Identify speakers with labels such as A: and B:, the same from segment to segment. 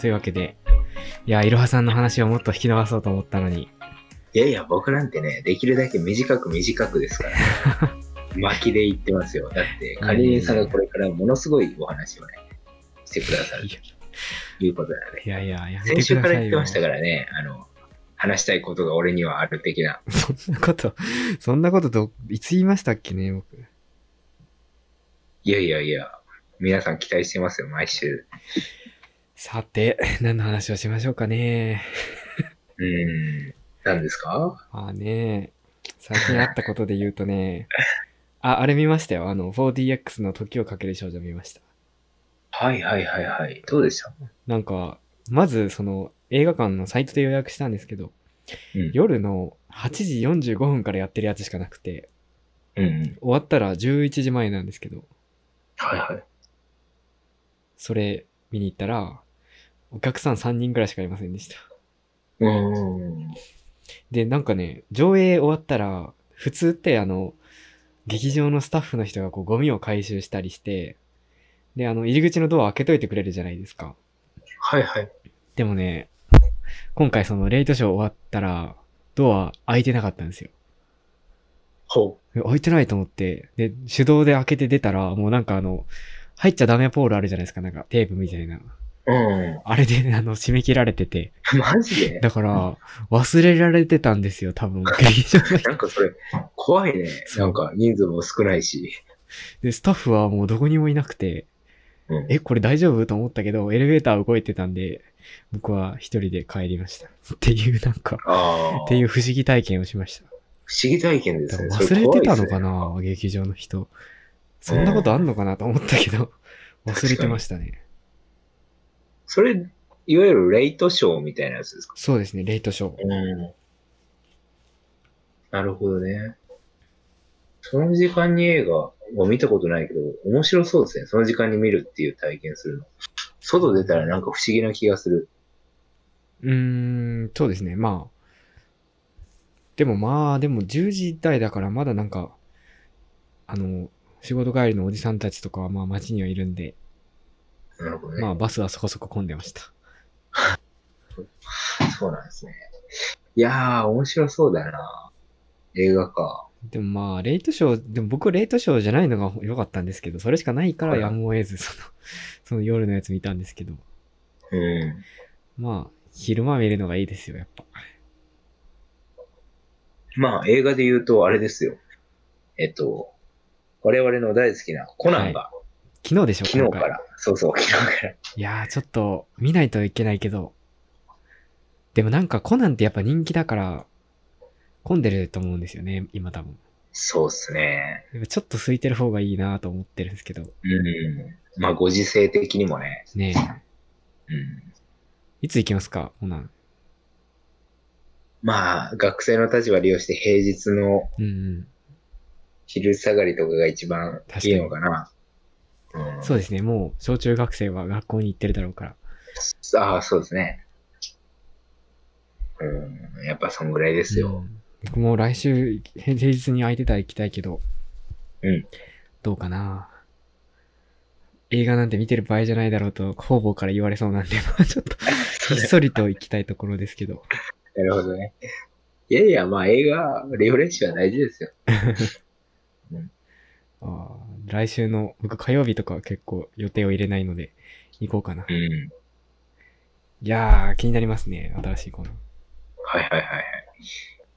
A: というわけで、いや、いろはさんの話をもっと引き伸ばそうと思ったのに、
B: いやいや、僕なんてね、できるだけ短く短くですから、 巻きで言ってますよ。だって、カニエさんがこれからものすごいお話をね、してくださるということなので、
A: いやいや、やめ
B: 先
A: て
B: 週
A: く
B: か
A: だ
B: ら
A: さ
B: 言
A: い
B: って
A: よ。
B: ましたからね、あの、話したいことが俺にはある的な。
A: そんなこと、そんなことど、いつ言いましたっけね、僕。
B: いやいやいや、皆さん期待してますよ、毎週。
A: さて、何の話をしましょうかね。
B: うーん、何ですか
A: まあね、最近あったことで言うとね、あ、あれ見ましたよ。あの、4DX の時をかける少女見ました。
B: はいはいはいはい。どうでした
A: なんか、まず、その、映画館のサイトで予約したんですけど、
B: うん
A: 夜の8時45分からやってるやつしかなくて、
B: うんうん。
A: 終わったら11時前なんですけど、
B: はいはい。
A: それ見に行ったら、お客さん3人ぐらいしかいませんでした。
B: うーん。
A: で、なんかね、上映終わったら、普通ってあの、劇場のスタッフの人がこうゴミを回収したりして、で、あの、入り口のドア開けといてくれるじゃないですか。
B: はいはい。
A: でもね、今回そのレイトショー終わったら、ドア開いてなかったんですよ。
B: ほ
A: え開いてないと思って、で、手動で開けて出たら、もうなんかあの、入っちゃダメポールあるじゃないですか、なんかテープみたいな。
B: う。う
A: あれで、あの、締め切られてて。
B: ん。 マジで
A: だから、忘れられてたんですよ、多分。 劇場の人
B: なんかそれ、怖いね。なんか人数も少ないし。
A: で、スタッフはもうどこにもいなくて、
B: うん
A: え、これ大丈夫と思ったけど、エレベーター動いてたんで、僕は一人で帰りました。っていう、なんか、
B: ああ。
A: っていう不思議体験をしました。
B: 不思議体験ですね。
A: 忘れてたのか
B: な
A: な、劇場の人。そんなことあんのかなと思ったけど、忘れてましたね。
B: それ、いわゆるレイトショーみたいなやつですか
A: そうですね、レイトショー。
B: うん。なるほどね。その時間に映画は見たことないけど、面白そうですね。その時間に見るっていう体験するの。外出たらなんか不思議な気がする。
A: うーん、そうですね、まあ。でもまあ、でも10時台だからまだなんか、あの、仕事帰りのおじさんたちとかはまあ街にはいるんで、
B: なるほどね。
A: まあバスはそこそこ混んでました。
B: そうなんですね。いやー、面白そうだな。映画か。
A: でもまあ、レイトショー、でも僕レイトショーじゃないのが良かったんですけど、それしかないから
B: はいは
A: や
B: い
A: むを得ず、その、その夜のやつ見たんですけど、
B: うん。
A: まあ、昼間見るのがいいですよ、やっぱ。
B: まあ、映画で言うと、あれですよ。えっと、我々の大好きなコナンが、
A: 昨日でしょ、
B: 昨日
A: 今
B: か
A: 回。
B: ら、そうそう、昨日から。
A: いやー、ちょっと、見ないといけないけど、でもなんかコナンってやっぱ人気だから、混んでると思うんですよね、今多分。
B: そうっすね。
A: やっぱちょっと空いてる方がいいなと思ってるんですけど、
B: うん。まあ、ご時世的にもね。
A: ねえ
B: うん。
A: いつ行きますか、コナン。
B: まあ、学生の立場利用して平日の
A: うんうん。
B: 昼下がりとかが一番
A: 確か
B: い
A: に
B: いのかな。うん、
A: そうですね、もう、小中学生は学校に行ってるだろうから。
B: ああ、そうですね。うん。やっぱそんぐらいですよ。
A: うん僕も来週、平平日に空いてたら行きたいけど。
B: うん。
A: どうかな映画なんて見てる場合じゃないだろうと、方々から言われそうなんで、まあちょっと、ひっそりと行きたいところですけど。
B: なるほどね。いやいや、まあ映画、リフレッシュは大事ですよ。
A: あー来週の、僕火曜日とかは結構予定を入れないので、行こうかな。
B: うん。
A: いやー、気になりますね、新しいコーナー。
B: はいはいはいはい。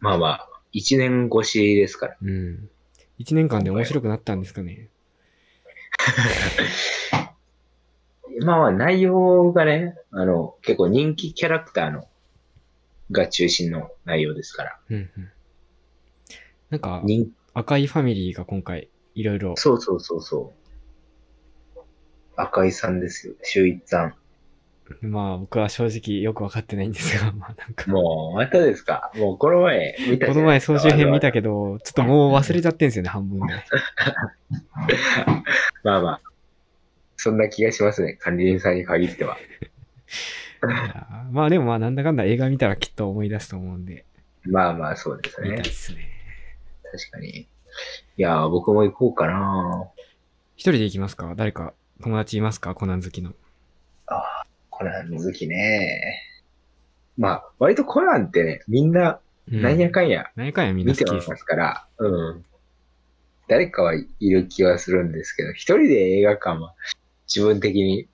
B: まあまあ、一年越しですから。
A: うん。一年間で面白くなったんですかね。
B: まあまあ内容がね、あの、結構人気キャラクターの、が中心の内容ですから。
A: うんうん。なんか、
B: 人
A: 赤いファミリーが今回、いろいろ
B: そうそうそうそう。赤井さんですよ。周一さん。
A: まあ僕は正直よくわかってないんですが、 まあなんか、
B: もう、またですかもうこの前見た
A: この前総集編見た
B: ど。
A: けど、ちょっともう忘れちゃってんですよね、半分ぐらい。
B: まあまあ。そんな気がしますね。管理人さんに限っては。
A: いやーまあでもまあなんだかんだ映画見たらきっと思い出すと思うんで、
B: まあまあ、そうです
A: 見たい
B: ね
A: っ。すね。
B: 確かに。いやー、僕も行こうかな。
A: 一人で行きますか誰か友達いますかコナン好きの。
B: ココナン好きね。まあ、割とコナンってね、みんな、
A: うん
B: なんやかんや、
A: なんやかんやみんな
B: 見
A: 好
B: て
A: き
B: ま
A: ですす。
B: から、うん。誰かはいる気はするんですけど、一人で映画館は自分的に、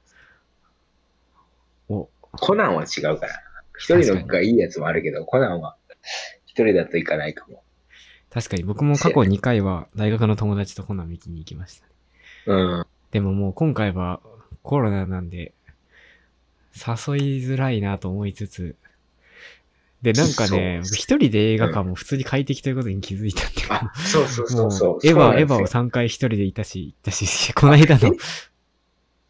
A: お
B: コナンは違うから。一人のがいいやつもあるけど、コナンは一人だといかないかも。
A: 確かに僕も過 去2回は大学の友達とコナン見に行きました。
B: うん。
A: でももう今回はコロナなんで、誘いづらいなと思いつつ、で、なんかね、
B: そう
A: 一人で映画館も普通に快適ということに気づいたんで、
B: あ、そうそうそ
A: も
B: うそう。
A: エヴ
B: そ
A: ァ、
B: うなん
A: エ
B: です
A: ヴァ
B: よ
A: を3回一人でいたし、行ったし、 この間の、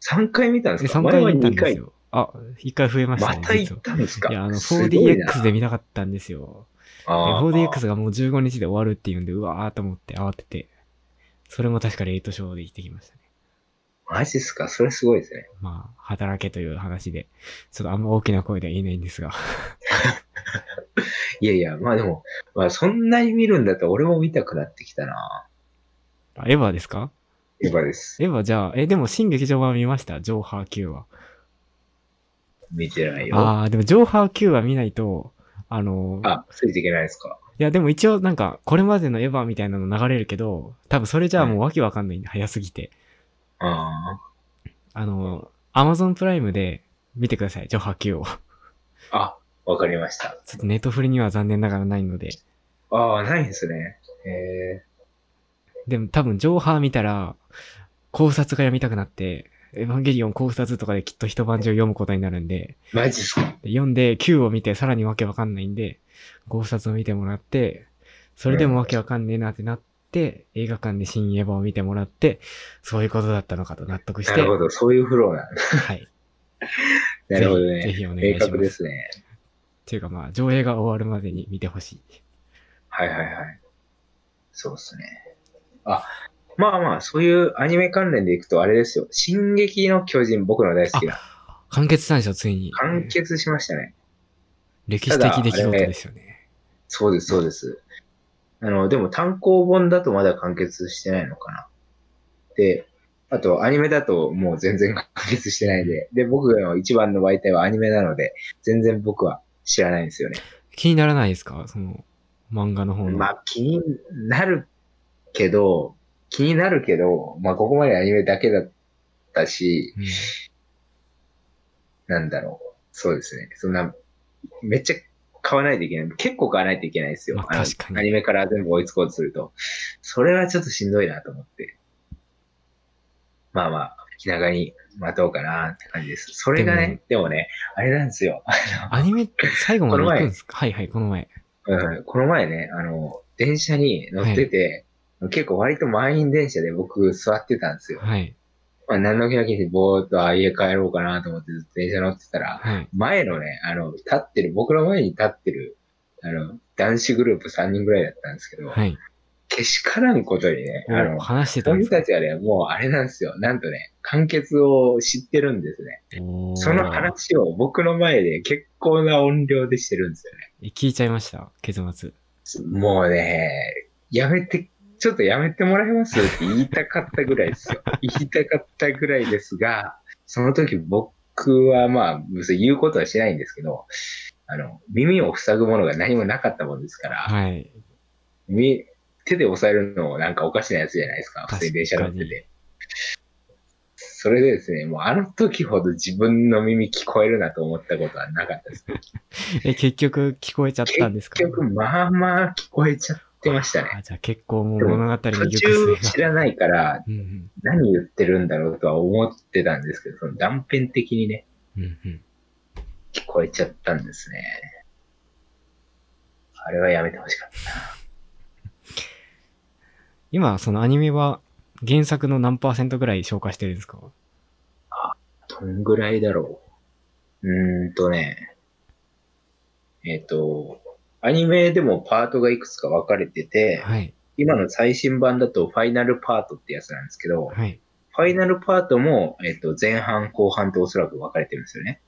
B: 3回見たんですか
A: 3回行ったん
B: 前は
A: で
B: 2
A: すよ。あ、1回増えました
B: ま
A: ね。
B: た
A: 実
B: 行っ
A: は
B: たんですか
A: いや、あの、
B: すごいな
A: 4DX で見なかったんですよ。で
B: あー
A: 4DX がもう15日で終わるっていうんで、うわーと思って慌てて、それも確かレイトショーで行ってきましたね。
B: マジっすかそれすごいですね。
A: まあ、働けという話で、ちょっとあんま大きな声では言えないんですが。
B: いやいや、まあでも、まあそんなに見るんだったら俺も見たくなってきたな
A: あエヴァですか
B: エヴァです。
A: エヴァじゃあ、え、でも新劇場版見ましたジョーハー Q は。
B: 見てないよ。あ
A: ああ、でもジョーハー Q は見ないと、あの、い
B: あ、ついていけないですか
A: やでも一応なんか、これまでのエヴァみたいなの流れるけど、多分それじゃあもうわけわかんないんで、早すぎて。
B: あ
A: あの、アマゾンプライムで見てください、ジョーハー Q を。
B: あ。あ、わかりました。
A: ちょっとネットフリには残念ながらないので。
B: ああ、ないですね。え
A: でも多分、ジョーハー見たら、考察が読みたくなって、エヴァンゲリオン考察とかできっと一晩中読むことになるんで、
B: ー、マジっすか
A: で読んで Q を見てさらにわけわかんないんで、考察を見てもらって、それでもわけわかんねえなってなって、映画館で新エヴァを見てもらって、そういうことだったのかと納得し
B: な
A: て、
B: るほど、そういうフローなんだ。
A: はい。
B: なるほど
A: ぜ
B: ね。
A: ひお願いし
B: 明
A: ます。
B: 確ですね。
A: っていうかまあ、上映が終わるまでに見てほしい。
B: はいはいはい。そうっすね。あ、まあまあ、そういうアニメ関連でいくと、あれですよ。進撃の巨人、僕の大好きな。
A: 完結したんでしょ、ついに。
B: 完結しましたね。
A: 歴史的出来事ですよね。
B: そうです、そうです。あの、でも単行本だとまだ完結してないのかな。で、あとアニメだともう全然完結してないで、で、僕の一番の媒体はアニメなので、全然僕は知らないんですよね。
A: 気にならないですかその、漫画の方の。
B: まあ気になるけど、気になるけど、まあここまでアニメだけだったし、
A: うん
B: なんだろう。そうですね。そんな、めっちゃ買わないといけない。結構買わないといけないですよ。
A: まあ
B: の
A: 確かに
B: アニメから全部追いつこうとすると。それはちょっとしんどいなと思って。まあまあ、気長に待とうかなって感じです。それがね、でもね、あれなんですよ。
A: アニメって最後まで行くんですかはいはい、この前。
B: うん、この前ね、あの、電車に乗ってて、結構割と満員電車で僕座ってたんですよ。
A: はい。
B: まあ、何の気なきにぼーっとあ家帰ろうかなと思ってずっと電車乗ってたら、
A: はい。
B: 前のね、あの、立ってる、僕の前に立ってる、あの、男子グループ3人ぐらいだったんですけど、
A: はい。
B: けしからんことにね、あ
A: お
B: の、
A: 話してたんです
B: 僕
A: か
B: たちはね、もうあれなんですよ。なんとね、完結を知ってるんですね。
A: おー
B: その話を僕の前で結構な音量でしてるんですよ
A: え聞いちゃいました、結末。
B: ね。もうね、やめて、ちょっとやめてもらえますって言いたかったぐらいですよ。 言いたかったぐらいですが、その時僕はまあ、別に言うことはしないんですけど、あの、耳を塞ぐものが何もなかったもんですから、
A: はい。
B: み手で押さえるのもなんかおかしなやつじゃないですか、
A: 確か
B: 普
A: に
B: 通に電車乗ってて。それでですね、もうあの時ほど自分の耳聞こえるなと思ったことはなかったです。
A: え、結局聞こえちゃったんです
B: 結
A: か
B: 局、まあまあ聞こえちゃってましたね。
A: あじゃあ結構もう物語に行
B: 途
A: く
B: 中知
A: 末が。
B: らないから
A: うんうん
B: 何言ってるんだろうとは思ってたんですけど、その断片的にね、
A: うんうん。
B: 聞こえちゃったんですね。あれはやめてほしかった。
A: 今、そのアニメは原作の何パーセントぐらい消化してるんですか
B: どんぐらいだろう。うーんとね。えっ、と、アニメでもパートがいくつか分かれてて、
A: はい。
B: 今の最新版だとファイナルパートってやつなんですけど、
A: はい。
B: ファイナルパートも、えっと前半後半とおそらく分かれてるんですよね。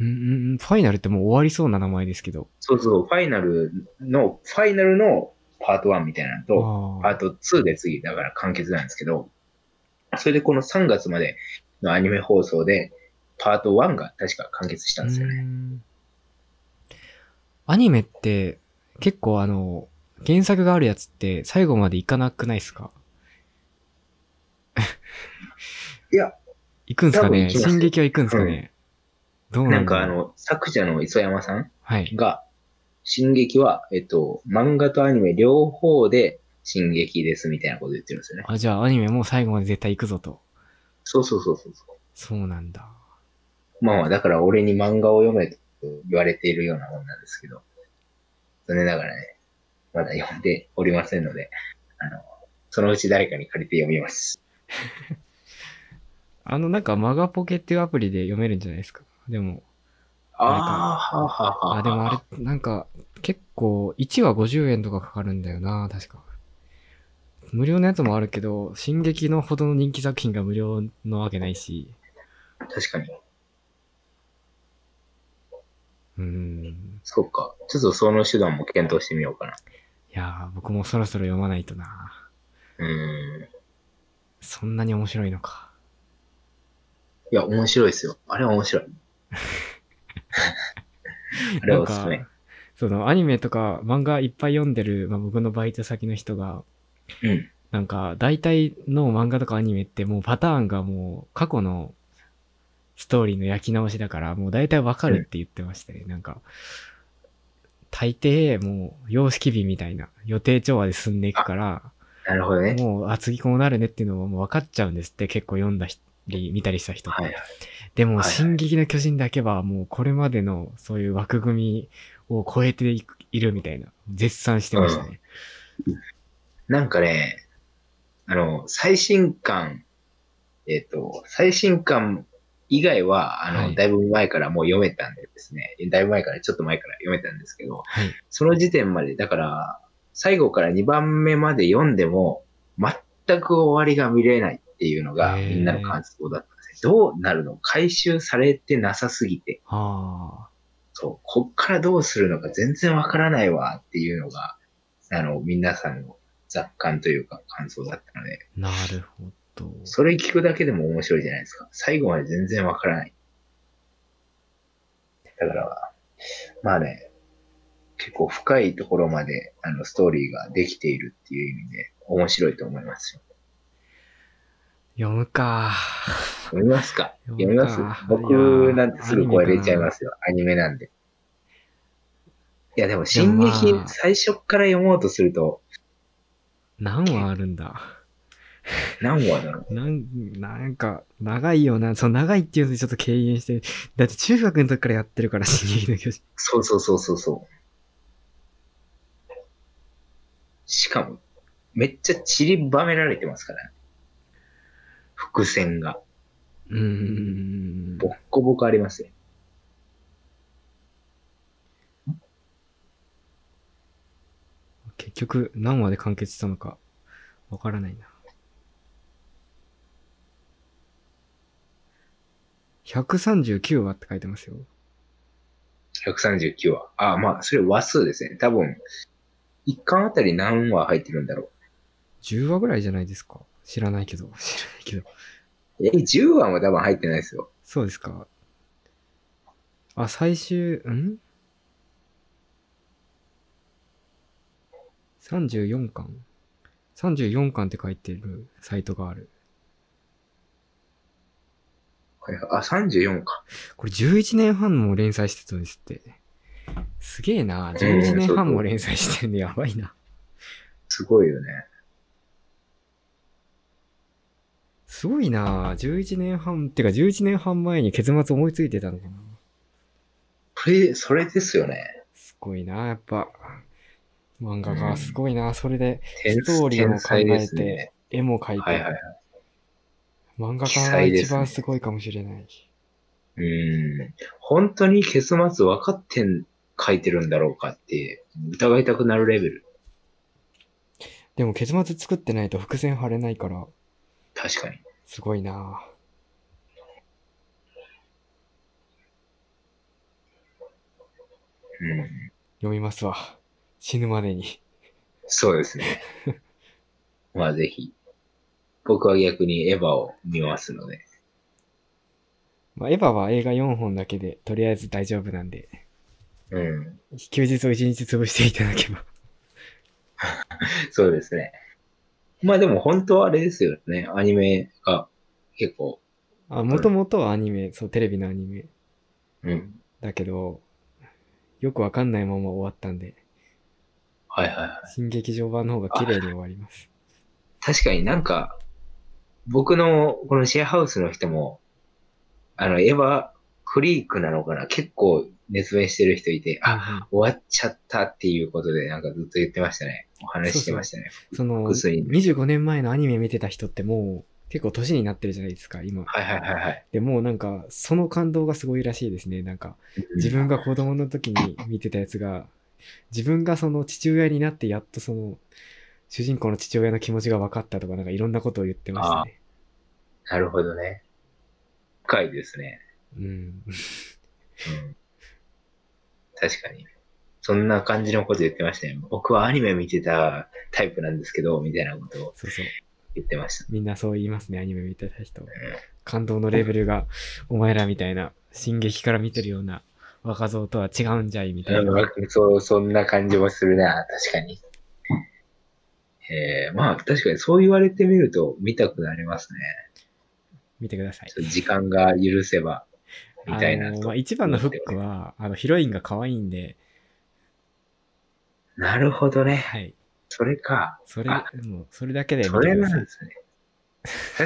A: うんうんうん。ファイナルってもう終わりそうな名前ですけど。
B: そうそう、ファイナルの、ファイナルのパート1みたいなのと、
A: あ
B: パ
A: あ
B: ート2で次、だから完結なんですけど、それでこの3月までのアニメ放送で、パート1が確か完結したんですよね。
A: うんアニメって結構あの、原作があるやつって最後までいかなくないですか
B: いや、
A: 行くんすかね
B: 多分行きます
A: 進撃は行くんすかね、どうな
B: なんん
A: だ
B: か
A: ろう
B: あの、作者の磯山さん
A: はい。
B: が、進撃は、えっと、漫画とアニメ両方で進撃ですみたいなこと言ってるんですよね。
A: あ、じゃあアニメも最後まで絶対行くぞと。
B: そうそうそうそうそ
A: そうなんだ。
B: う。まあまあ、だから俺に漫画を読めと言われているようなもんなんですけど、残念ながらね、まだ読んでおりませんので、あの、そのうち誰かに借りて読みます。
A: あの、なんか、マガポケっていうアプリで読めるんじゃないですか。でも、
B: あ
A: れか
B: あー、はあはあは
A: あ、でもあれ、なんか、結構、1話50円とかかかるんだよな、確か。無料のやつもあるけど、進撃のほどの人気作品が無料のわけないし、
B: 確かに。
A: うーん。
B: そっか。ちょっとその手段も検討してみようかな。
A: いやー、僕もそろそろ読まないとな。
B: うーん。
A: そんなに面白いのか。
B: いや、面白いですよ。あれは 面白い。あれ
A: な
B: は
A: ん
B: おすす
A: か
B: め。、
A: その、アニメとか漫画いっぱい読んでる、まあ、僕のバイト先の人が、
B: うん。
A: なんか、大体の漫画とかアニメってもうパターンがもう過去のストーリーの焼き直しだから、もう大体わかるって言ってましたね。なんか、大抵もう様式日みたいな予定調和で進んでいくから、
B: なるほどね。
A: もう、あ、次こうなるねっていうのはもう分かっちゃうんですって、結構読んだり、見たりした人って。
B: はいはい
A: でも、
B: はいはい
A: 進撃の巨人だけはもうこれまでのそういう枠組みを超えていくいるみたいな、絶賛してましたね。
B: なんかね、あの、最新刊、えっ、と、最新刊以外は、あの、
A: はい
B: だいぶ前からもう読めたんでですね、だいぶ前から、ちょっと前から読めたんですけど、
A: はい。
B: その時点まで、だから、最後から2番目まで読んでも、全く終わりが見れないっていうのが、
A: へー
B: みんなの感想だったんですね。どうなるの回収されてなさすぎて、
A: あ
B: そう、こっからどうするのか全然わからないわっていうのが、あの、皆さんの雑感というか感想だったので、
A: あ、なるほど。
B: それ聞くだけでも面白いじゃないですか。最後まで全然わからない。だから、まあね、結構深いところまであのストーリーができているっていう意味で面白いと思いますよ。
A: 読むか。
B: 読みますか
A: 読
B: 読
A: む
B: み
A: か
B: ます
A: いや
B: 僕
A: ー
B: なんてすぐ声出ちゃいますよ。アニメなんで。いやでも、進撃
A: でもまあ
B: 最初から読もうとすると、
A: 何話あるんだ
B: 何話だろう
A: なん、なんか、長いよな。そう、長いっていうのでちょっと敬遠してる。だって中学の時からやってるから、進撃の巨人。
B: そうそうそうそうそう。しかも、めっちゃ散りばめられてますから、伏線が、
A: うーん。
B: ボッコボコありますね。
A: 結局、何話で完結したのか、わからないな。139話って書いてますよ。
B: 139話。ああ、まあ、それ話数ですね。多分、一巻あたり何話入ってるんだろ
A: 10話ぐらいじゃないですか。知らないけど。 知らないけど。
B: う。え、10話も多分入ってないですよ。
A: そうですか。あ、最終、ん ?34 巻 ?34 巻って書いてるサイトがある。
B: これあ、34か。
A: これ11年半も連載してたんですって。すげえな。11年半も連載してんでやばいな。
B: すごいよね。
A: すごいな。11年半、ってか11年半前に結末思いついてたのかな。
B: それ、それですよね。
A: すごいな、やっぱ。漫画がすごいな。それで
B: 天
A: ストーリーも
B: 天
A: 考
B: 才で
A: え
B: すね
A: て。、絵も描い
B: はいはい
A: て
B: はい。。
A: 漫画
B: 奇
A: 家が
B: 才ですね
A: 一番すごいかもしれない。
B: うーん本当に結末分かってん書いてるんだろうかって疑いたくなるレベル。
A: でも結末作ってないと伏線張れないから、
B: 確かに。
A: すごいな。
B: うん、
A: 読みますわ。死ぬまでに。
B: そうで すね。まあぜひ。僕は逆にエヴァを見ますので。
A: まあ、エヴァは映画4本だけで、とりあえず大丈夫なんで、
B: うん。
A: 休日を1日潰していただけば。
B: そうですね。まあでも本当はあれですよね。アニメが結構、
A: あ、もともとはアニメ、そう、テレビのアニメ
B: うん。
A: だけど、よくわかんないまま終わったんで、
B: はいはいはい。
A: 新劇場版の方が綺麗に終わります。
B: 確かになんか、僕のこのシェアハウスの人も、あの、エヴァクリークなのかな結構熱弁してる人いて、あ、
A: あ、
B: 終わっちゃったっていうことでなんかずっと言ってましたね。お話ししてましたね。
A: その、
B: 複数人
A: 25年前のアニメ見てた人ってもう、結構年になってるじゃないですか、今。
B: はいはいはいはい。
A: でもうなんか、その感動がすごいらしいですね。なんか、自分が子供の時に見てたやつが、自分がその父親になってやっとその、主人公の父親の気持ちが分かったとか、なんかいろんなことを言ってましたね。
B: なるほどね。深いですね。
A: うん。
B: うん。確かに。そんな感じのこと言ってましたね。僕はアニメ見てたタイプなんですけど、みたいなことを
A: そうそう。
B: 言ってました。
A: みんなそう言いますね、アニメ見てた人。
B: うん
A: 感動のレベルが、お前らみたいな、進撃から見てるような若造とは違うんじゃい、みたいな。
B: うんそう、そんな感じもするな、確かに。えー、まあ確かにそう言われてみると見たくなりますね。
A: 見てください
B: ち。ょっと時間が許せば、みたい
A: あ
B: な
A: の
B: と
A: まあ、一番のフックは、あの、ヒロインが可愛いんで、
B: なるほどね。
A: はい。
B: それか。
A: それ、
B: あ
A: もう、それだけで
B: そ
A: 見て
B: れ
A: くだ
B: な
A: さ
B: ん
A: い
B: で。すね。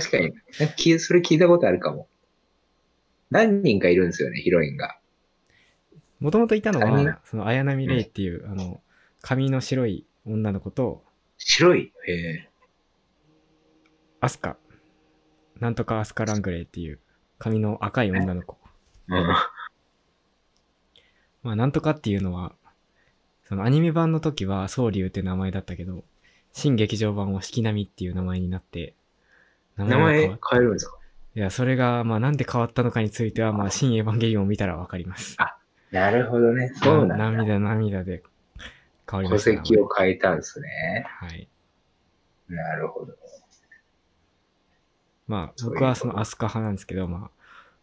B: 確かに、なんかきそれ聞いたことあるかも。何人かいるんですよね、ヒロインが。
A: もともといたの
B: あれ
A: は、その、綾波レイっていう、あの、髪の白い女の子と、
B: 白い。え
A: アスカ。なんとかアスカ・ラングレイっていう、髪の赤い女の子。
B: ー、うん。
A: まあ、なんとかっていうのは、そのアニメ版の時は、ソウリュウって名前だったけど、新劇場版は四季並っていう名前になって、名
B: 名
A: が
B: 前
A: 変
B: 変
A: わっ
B: えるんですか
A: いや、それが、まあ、なんで変わったのかについては、まあ、新エヴァンゲリオンを見たらわかります。
B: なるほどね。そうなんだ。
A: 涙涙で変わり
B: 戸
A: ました。
B: 籍を変えたんですね。
A: はい。
B: なるほど。
A: まあ、
B: そういうこと
A: 僕はそのアスカ派なんですけど、ま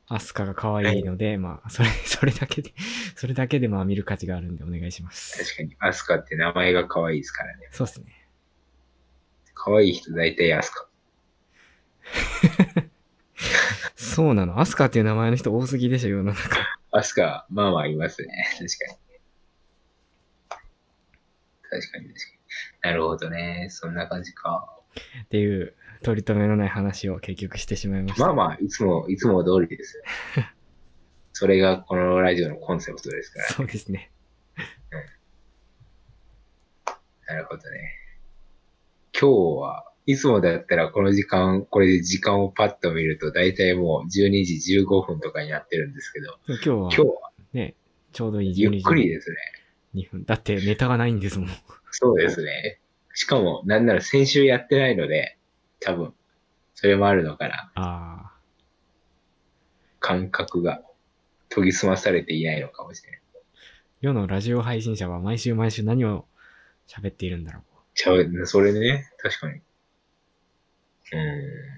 A: あ、アスカが可愛いので、まあ、それ、 それだけで、それだけでまあ見る価値があるんでお願いします。
B: 確かに、アスカって名前が可愛いですからね。
A: そうですね。
B: 可愛い人大体アスカ。
A: そうなの。アスカっていう名前の人多すぎでしょ、世の中。
B: アスカ、まあまあいますね。確かに。確かに確かに。なるほどね。そんな感じか。
A: っていう、取り留めのない話を結局してしまいました。
B: まあまあ、いつも、いつも通りですよ。 それがこのラジオのコンセプトですから。
A: そうですね。
B: なるほどね。今日は、いつもだったらこの時間、これで時間をパッと見ると、だいたいもう12時15分とかになってるんですけど、
A: でも今
B: 今
A: 日
B: 日
A: は
B: は
A: ね、ちょうどいい
B: ゆっくり
A: 12
B: ですね。
A: 時2分。だってネタがないんですもん。
B: そうですね。しかも、なんなら先週やってないので、多分、それもあるのかな。
A: あ
B: 感覚が研ぎ澄まされていないのかもしれない。
A: ー世のラジオ配信者は毎週毎週何を喋っているんだろう。
B: ちゃう、それね、確かに。うーん。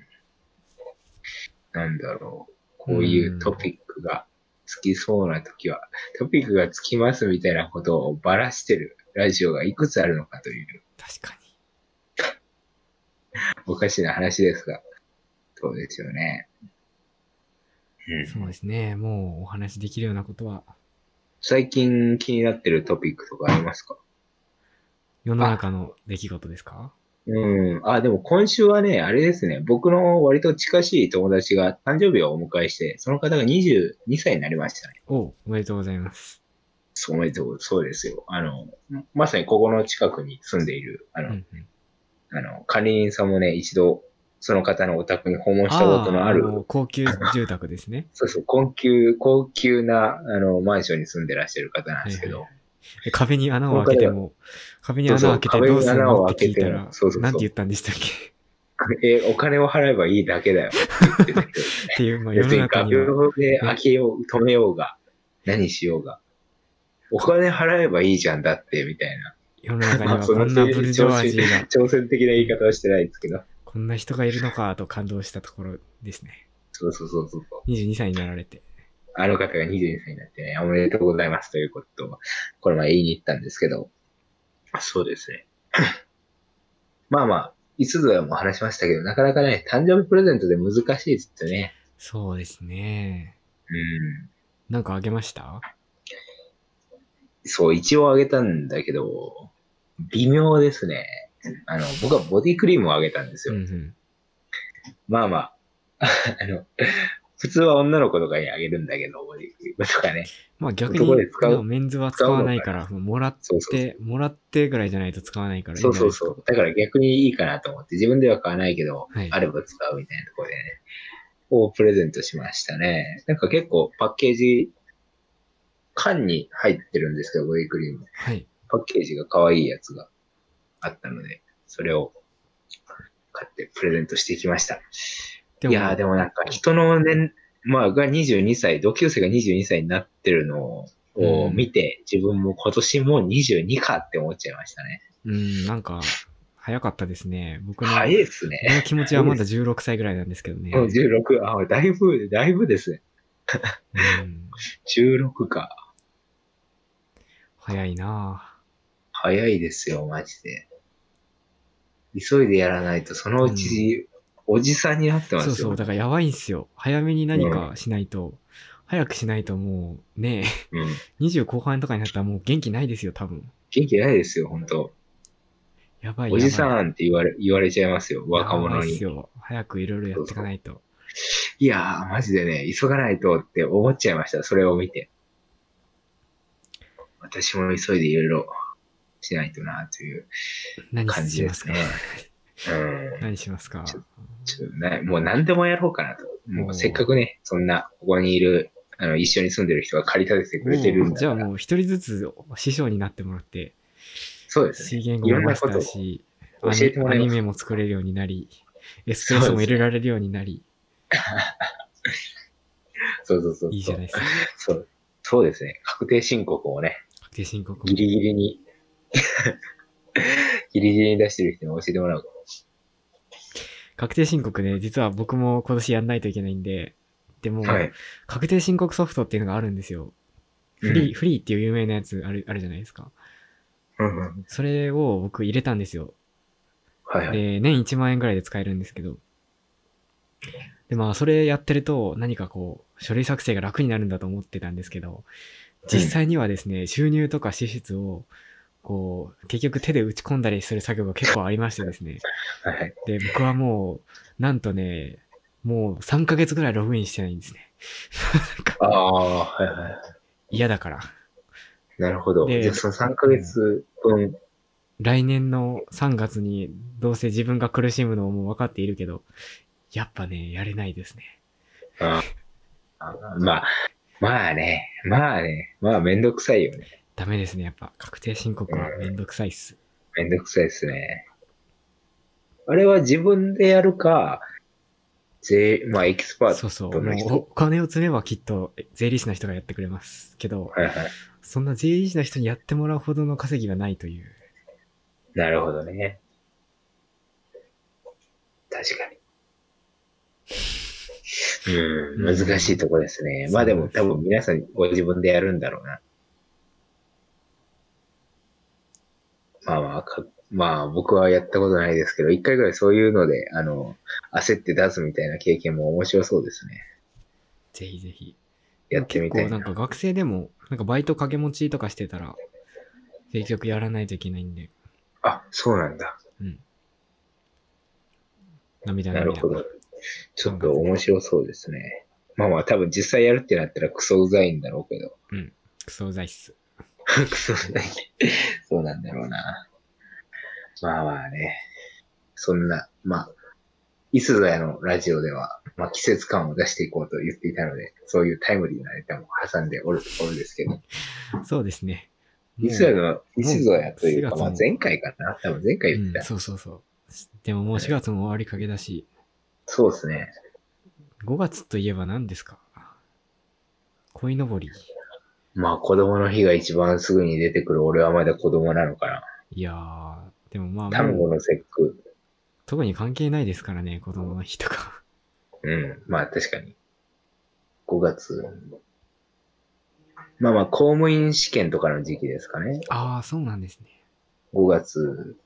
B: なんだろう。こういうトピックがつきそうな時は、トピックがつきますみたいなことをばらしてるラジオがいくつあるのかという、
A: 確かに。
B: おかしな話ですが、そうですよね。うん。
A: そうですね。もうお話しできるようなことは、
B: 最近気になってるトピックとかありますか
A: 世の中の出来事ですか
B: うん。あ、でも今週はね、あれですね。僕の割と近しい友達が誕生日をお迎えして、その方が22歳になりましたね。
A: おうおめでとうございます。
B: そうおめでとう。そうですよ。あの、まさにここの近くに住んでいる、あ
A: う
B: の、
A: んうん、
B: あの管理人さんもね、一度、その方のお宅に訪問したことのある。
A: ー、の高級住宅ですね
B: そうそう、高級、高級な、あの、マンションに住んでらっしゃる方なんですけど、
A: はで壁に穴を開けても、壁に穴を開けて
B: そうそう
A: どうする
B: 壁に穴
A: の
B: を
A: っ
B: 開
A: て聞
B: け
A: い
B: て
A: たら
B: そうそうそ、う
A: なんて言ったんでしたっけ
B: え、お金を払えばいいだけだよって言ってたけど
A: っていう、まあ、世
B: 別
A: の
B: に
A: 中
B: 画
A: には。
B: 鋲で開けよう、止めようが、何しようが。お金払えばいいじゃんだって、みたいな。
A: 世の中には
B: まあそ
A: こ
B: の
A: んなブルジョワジーが、
B: 挑戦的な言い方はしてないですけど。
A: こんな人がいるのかと感動したところですね。
B: そうそうそうそう。
A: 22歳になられて。
B: あの方が22歳になってね、おめでとうございますということを、この前言いに行ったんですけど、そうですね。 まあまあ、いつぞやも話しましたけど、なかなかね、誕生日プレゼントで難しいっすってね。
A: そうですね。
B: うん。
A: なんかあげました
B: そう、一応あげたんだけど、微妙ですね。あの、僕はボディクリームをあげたんです
A: う
B: よ。
A: んうん。
B: まあ まあ、あの、普通は女の子とかにあげるんだけど、ボディクリームとかね。
A: まあ逆
B: 男で使う
A: に、メンズは使わないから、もらっ
B: そうそうそう
A: て、もらってぐらいじゃないと使わないからいいんじ
B: そ
A: ゃないで
B: うそう
A: すか。
B: そう。だから逆にいいかなと思って、自分では買わないけど、
A: はい
B: あれば使うみたいなところでね、をプレゼントしましたね。なんか結構パッケージ、缶に入ってるんですけど、ボディクリーム。
A: はい。
B: パッケージが可愛いやつがあったので、それを買ってプレゼントしてきました。
A: で
B: いやーでもなんか人の年、まあが22歳、同級生が22歳になってるのを見て、自分も今年もう22かって思っちゃいましたね。
A: うん、なんか、早かったですね。僕の、
B: 早いっすね。
A: 僕の気持ちはまだ16歳ぐらいなんですけどね。
B: うん、16、あ、だいぶ、だいぶですね。
A: うん
B: 16か。
A: 早いな
B: 早いですよ、マジで。急いでやらないと、そのうち、おじさんになって
A: ぁ
B: ます
A: そ
B: よ。
A: うそう、だからやばいんすよ。早めに何かしないと、早くしないともう、ね
B: うん。
A: え、20後半とかになったらもう元気ないですよ、多分。
B: 元気ないですよ、本当
A: やばいやばい。
B: おじさ
A: ん、
B: んって言われ、言われちゃいますよ、若者
A: やばいっ
B: に
A: す。よ。早くいろいろやっていかないと。
B: いやー、マジでね、急がないとって思っちゃいました、それを見て。私も急いでいろいろしないとな、という
A: 何
B: 感じ
A: し
B: で
A: ます
B: す
A: か
B: ね。うん。
A: 何しますか
B: ちょちょっとなもう何でもやろうかなと。も
A: おー
B: うせっかくね、そんな、ここにいる、あの、一緒に住んでる人が借り立ててくれてるん
A: じゃ
B: だ
A: あ
B: から。
A: もう一人ずつ師匠になってもらって、
B: そうです
A: 水
B: ね。
A: 言語
B: いろ
A: も
B: ん
A: マ
B: な
A: ス
B: こ
A: タ
B: と
A: ー
B: を
A: し、
B: 教えても
A: ア
B: らい
A: ニ
B: ます。
A: メも作れるようになり、エスプレッソも入れられるようになり、
B: そうそうそうそう。
A: いいじゃないです か。
B: そうそうですね。確定申告をね、
A: 確定申告も
B: ギリギリに、ギリギリに出してる人に教えてもらう。
A: 確定申告ね、実は僕も今年やんないといけないんで、でも、
B: はい。
A: 確定申告ソフトっていうのがあるんですよ。フリー、フリーっていう有名なやつある、あるじゃないですか。
B: うんうん
A: それを僕入れたんですよ。
B: はいはい。
A: で、年1万円ぐらいで使えるんですけど。で、まあ、それやってると、何かこう、書類作成が楽になるんだと思ってたんですけど、実際にはですね、収入とか支出を、こう、結局手で打ち込んだりする作業が結構ありましてですね。
B: はいはい。
A: で、僕はもう、なんとね、もう3ヶ月ぐらいログインしてないんですね。
B: ああ、はいは
A: 嫌だから。
B: い。なるほど。
A: で
B: じゃあその3ヶ月分、
A: 来年の3月にどうせ自分が苦しむのをもう分かっているけど、やっぱね、やれないですね。
B: あまあ、まあね、まあね、まあめんどくさいよね。
A: ダメですね、やっぱ。確定申告はめんどくさいっす。
B: めんどくさいですね。あれは自分でやるか、税、まあエキスパー
A: そ
B: ト。
A: うそう。
B: どんな人
A: もうお金を積めばきっと税理士の人がやってくれますけど、
B: はいはい。
A: そんな税理士の人にやってもらうほどの稼ぎがないという。
B: なるほどね。確かに。うん、難しいとこですね。まあでも多分皆さんご自分でやるんだろうな。まあまあ、かまあ僕はやったことないですけど、一回ぐらいそういうので、あの、焦って出すみたいな経験も面白そうですね。
A: ぜひぜひ。
B: やってみたい
A: 結構
B: な。
A: なんか学生でも、なんかバイト掛け持ちとかしてたら、結局やらないといけないんで、
B: あ、そうなんだ。
A: うん。涙
B: な
A: 涙。
B: るほど。ちょっと面白そうですね。まあまあ、多分実際やるってなったらクソうざいんだろうけど。
A: クソうざいっす。
B: クソうざい。 そうなんだろうな。まあまあね。そんな、まあ、いつぞやのラジオでは、まあ季節感を出していこうと言っていたので、そういうタイムリーなネタも挟んでおるところですけど、
A: そうですね。
B: いつぞやの、いつぞやという
A: も
B: か、
A: う
B: まあ前回かな。多分前回言っ
A: う
B: た。
A: ん、そうそうそう。でももう4月も終わりかけだし、
B: そうですね。
A: 5月といえば何ですか鯉のぼり。
B: まあ子供の日が一番すぐに出てくる俺はまだ子供なのかな。
A: いやー、でもまあ、もう
B: 単語の節句。
A: 特に関係ないですからね、子供の日とか。
B: うん。まあ確かに。5月。まあまあ、公務員試験とかの時期ですかね。
A: ああ、そうなんですね。
B: 5月。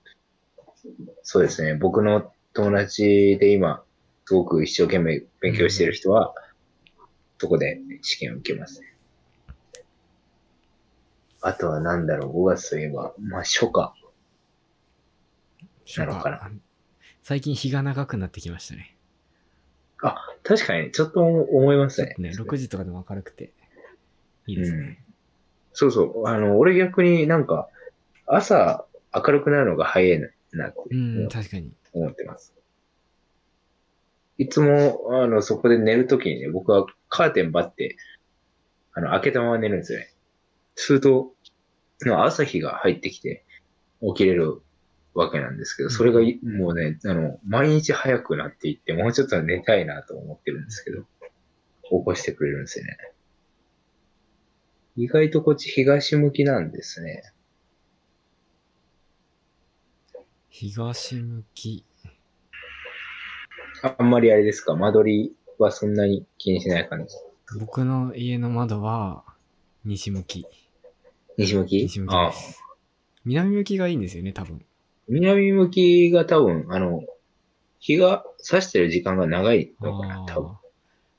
B: そうですね。僕の友達で今、すごく一生懸命勉強してる人は、そこで試験を受けますね。あとは何だろう、5月といえば、まあ初夏。なのかな
A: そう最近日が長くなってきましたね。
B: 確かに、ちょっと思いますね。
A: ね、6時とかでも明るくて、いいですね。
B: うん。そうそう。あの、俺逆になんか、朝明るくなるのが早いなって
A: うん、確かに。
B: 思ってます。いつも、あの、そこで寝るときにね、僕はカーテンバッて、あの、開けたまま寝るんですよね。すると、まあ朝日が入ってきて起きれるわけなんですけど、それがいもうね、あの、毎日早くなっていって、もうちょっとは寝たいなと思ってるんですけど、起こしてくれるんですよね。意外とこっち東向きなんですね。
A: 東向き。
B: あんまりあれですか、間取りはそんなに気にしない感じ。
A: 僕の家の窓は、西向き。
B: 西向き
A: 西向き
B: あ
A: で
B: あ
A: す。南向きがいいんですよね、多分。
B: 南向きが多分、あの、日が差してる時間が長いのかな、
A: あー
B: 多分。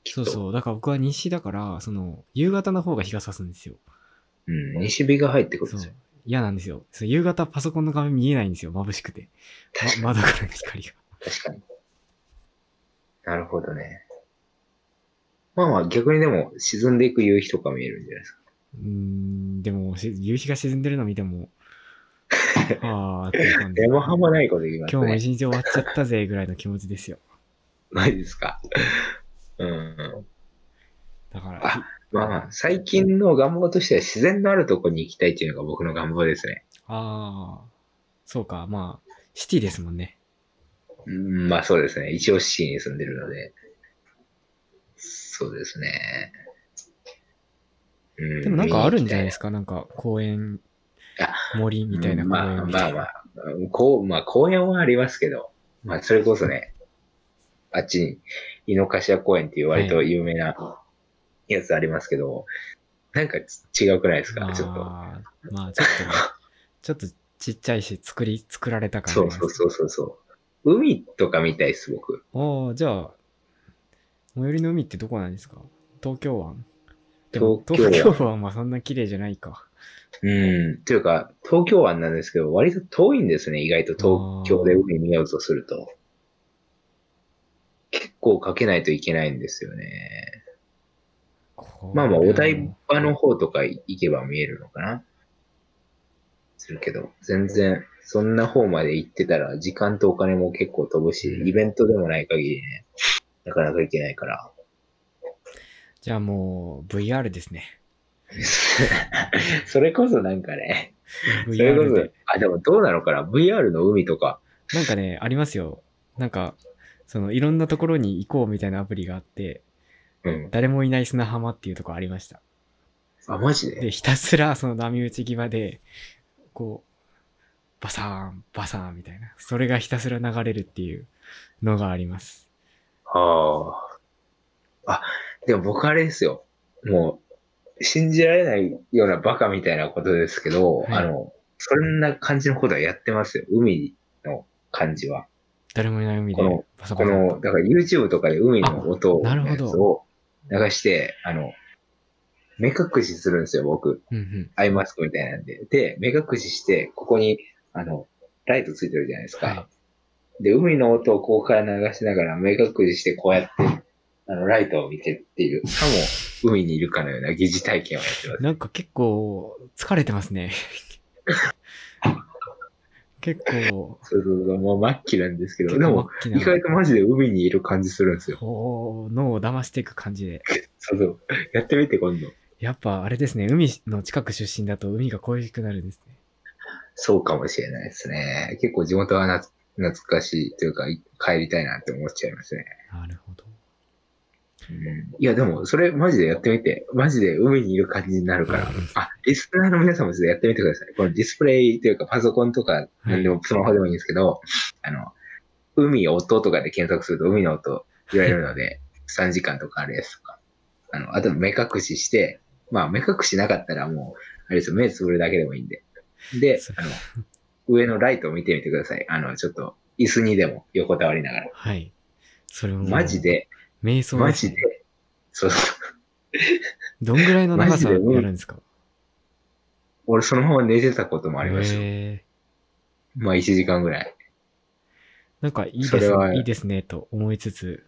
B: きっ
A: そ
B: と
A: うそう。だから僕は西だから、その、夕方の方が日が差すんですよ。
B: うん、西日が入ってくるん
A: そう
B: ですよ。。
A: 嫌なんですよ。そう夕方パソコンの画面見えないんですよ。眩しくて。
B: 確かに、
A: ま、窓からの光が。
B: 確かに。なるほどね。まあまあ、逆にでも、沈んでいく夕日とか見えるんじゃないですか。
A: うーん、でも、し夕日が沈んでるの見て も、あーっていう感じ。
B: 山浜ないこと言います
A: 今日も
B: ね。
A: 一日終わっちゃったぜぐらいの気持ちですよ。
B: ないで すか。うん。
A: だから、
B: あまあまあ、最近の願望としては自然のあるとこに行きたいっていうのが僕の願望ですね。
A: ああ、そうか、まあ、シティですもんね。
B: うん、まあそうですね。一応市に住んでるので。そうですね。う
A: でもなんかあるんじゃないで
B: 見に行き
A: すか、なんか公園
B: あ、
A: 森みたいな公
B: まあ
A: 園み
B: ま
A: た
B: あ
A: い
B: ま
A: な。
B: あ、こう、まあ公園はありますけど、まあそれこそね、あっちに、井の頭公園っていう割と有名なやつありますけど、なんか違うくないですかちょっと。
A: あーまあ、ちょっとね、ちょっとちっちゃいし、作り、作られた感じ
B: そうそうそうそうそう。海とかみたいです、僕。
A: ああ、じゃあ、最寄りの海ってどこなんですか東京湾でも
B: 東京湾
A: 東京湾はそんな綺麗じゃないか。
B: うん。というか、東京湾なんですけど、割と遠いんですね。意外と東京で海見ようとすると。結構かけないといけないんですよね。
A: これ
B: まあ
A: は
B: まあ、お台場の方とか行けば見えるのかな。するけど、全然、そんな方まで行ってたら、時間とお金も結構飛ぶし、
A: うん
B: イベントでもない限りね、なかなか行けないから。
A: じゃあもう、VR ですね。
B: それこそなんかね、それこ
A: VR で
B: そ。、あ、でもどうなのかな ?VR の海とか、
A: なんかね、ありますよ。なんか、その、いろんなところに行こうみたいなアプリがあって、
B: うん。
A: 誰もいない砂浜っていうとこありました。
B: あ、マジで
A: で、ひたすらその波打ち際で、こう、バサーン、バサーンみたいな。それがひたすら流れるっていうのがあります。
B: ああ。あ、でも僕あれですよ。もう、信じられないようなバカみたいなことですけど、
A: はい
B: あの、そんな感じのことはやってますよ。海の感じは。
A: 誰もいない海で
B: この、
A: バサ
B: こ
A: バサっ
B: の、
A: と。
B: だから YouTube とかで海の音
A: あなる
B: の
A: ほ
B: や
A: ど
B: つを流して、あの、目隠しするんですよ、僕。
A: うんうん。
B: アイマスクみたいなんで。で、目隠しして、ここに、あの、ライトついてるじゃないですか。
A: は
B: で、海の音をここから流しながら目隠ししてこうやって、あの、ライトを見てっていう、さも海にいるかのような疑似体験をやってま
A: い。なんか結構、疲れてますね。 結構、
B: す。そうそうそう、もう末期なんですけど、
A: 結
B: で
A: 構
B: も、
A: 末期
B: 意外
A: な
B: とマジで海にいる感じするんですよ。
A: こう脳を騙していく感じで。
B: そうそう。やってみて、今度。
A: やっぱあれですね、海の近く出身だと海が恋しくなるですね。
B: そうかもしれないですね。結構地元はな懐かしいというか、い帰りたいなって思っちゃいますね。
A: なるほど。
B: うんいや、でも、それマジでやってみて。マジで海にいる感じになるから。あ、リスナーの皆さんもちょっとやってみてください。このディスプレイというか、パソコンとか、何でも、スマホでもいいんですけど、あの、海音とかで検索すると海の音言われるので、 3時間とかあれですとか。あの、あと目隠しして、まあ目隠しなかったらもう、あれですよ、目つぶるだけでもいいんで。で
A: そう、
B: あの、上のライトを見てみてください。あの、ちょっと、椅子にでも横たわりながら。
A: はい。それも、
B: マジ。で、
A: 瞑想
B: マ
A: です
B: ジで、そうそう。
A: どんぐらいの長さ
B: マ
A: や
B: ジでうん
A: るんですか
B: 俺そのまま寝てたこともありましたよ。
A: へ
B: まあ1時間ぐらい。
A: ーなんかいいです
B: それは
A: ね、いいですね、と思いつつ、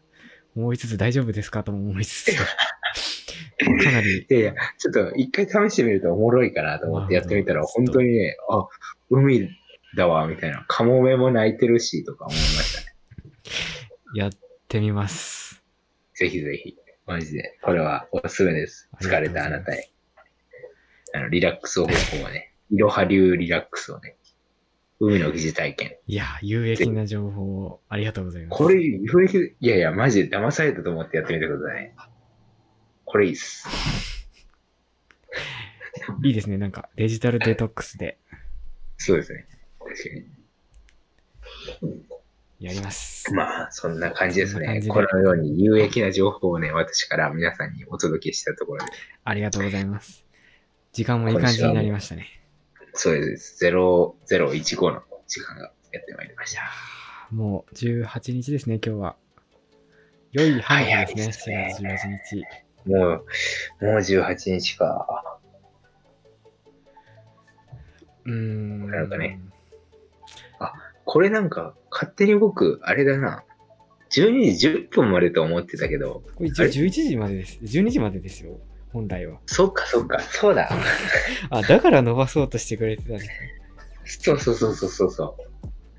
A: 思いつつ大丈夫ですかとも思い つつ、かなり
B: い、やいや、ちょっと一回試してみるとおもろいかなと思ってやってみた
A: ま
B: ら、
A: あまあ
B: 本当にね、あ、海だわ、みたいな。カモメも鳴いてるし、とか思いましたね。
A: やってみます。
B: ぜひぜひ。マジで。これはおすすめです。疲れたあな
A: ありがとうご
B: た
A: ざいま
B: へ。あの、リラックス方法をね。 いろは流リラックスをね。海の疑似体験。
A: いや、有益な情報をありがとうございます。
B: これ、雰囲気いやいや、マジで騙されたと思ってやってみてください。これいいっす。
A: いいですね、なんかデジタルデトックスで
B: そうですね。確かに。
A: やります。
B: まあ、そんな感じです
A: そんな感
B: ね
A: じ。で
B: このように有益な情報をね、私から皆さんにお届けしたところで。
A: ありがとうございます。時間もいい感じになりましたね。
B: そうです。0015の時間がやってまいりまし
A: いやー
B: た。
A: もう18日ですね、今日は。良い花火です
B: 早い
A: ね、
B: です
A: 4
B: ね
A: 月18日。
B: もう、もう18日か。
A: うーん。
B: なるほどねこれなんか、勝手に僕、あれだな。12時10分までと思ってたけど、
A: これ一
B: あ
A: 応
B: れ
A: 11時までです。12時までですよ、本来は。
B: そっかそっか、そうだ。
A: あ、だから伸ばそうとしてくれてたんですね。
B: そうそうそうそうそうそ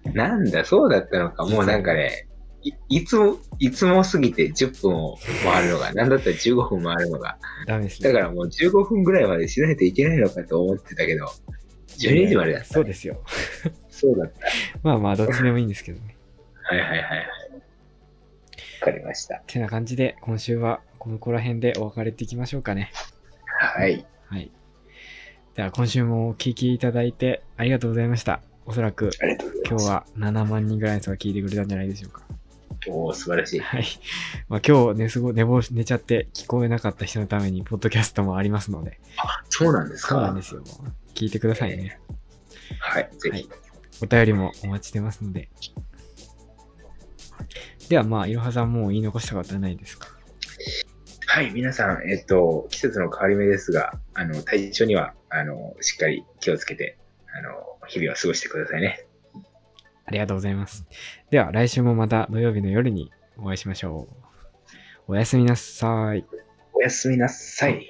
B: う。なんだ、そうだったのか。もうなんかね、いいつも、いつも過ぎて10分を回るのが、なんだったら15分回るのが、
A: ダメですね。
B: だからもう15分ぐらいまでしないといけないのかと思ってたけど、12時までだった、
A: そうですよ。
B: そうだった。
A: まあまあ、どっちでもいいんですけどね。
B: はいはいはいはい。わかりました。
A: てな感じで、今週はこのこら辺でお別れっていきましょうかね。
B: はい。
A: はい。では、今週もお聞きいただいてありがとうございました。おそらく
B: ありがとうござい
A: 今
B: ま
A: 日
B: す。
A: は7万人ぐらいの人が聞いてくれたんじゃないでしょうか。
B: おー素晴らしい。
A: はい。まあ、今日寝すご寝坊し寝ちゃって聞こえなかった人のために、ポッドキャストもありますので、
B: そうなんですか
A: そうなんですよ。聞いてくださいね。
B: はい。ぜひ。
A: お便りもお待ちしてますので。では、まあ、いろはさんもう言い残したことはないですか。
B: はい、皆さん、えっと、季節の変わり目ですが、あの、体調には、あの、しっかり気をつけて、あの、日々を過ごしてくださいね。
A: ありがとうございます。では、来週もまた土曜日の夜にお会いしましょう。おやすみなさい。
B: おやすみなさい。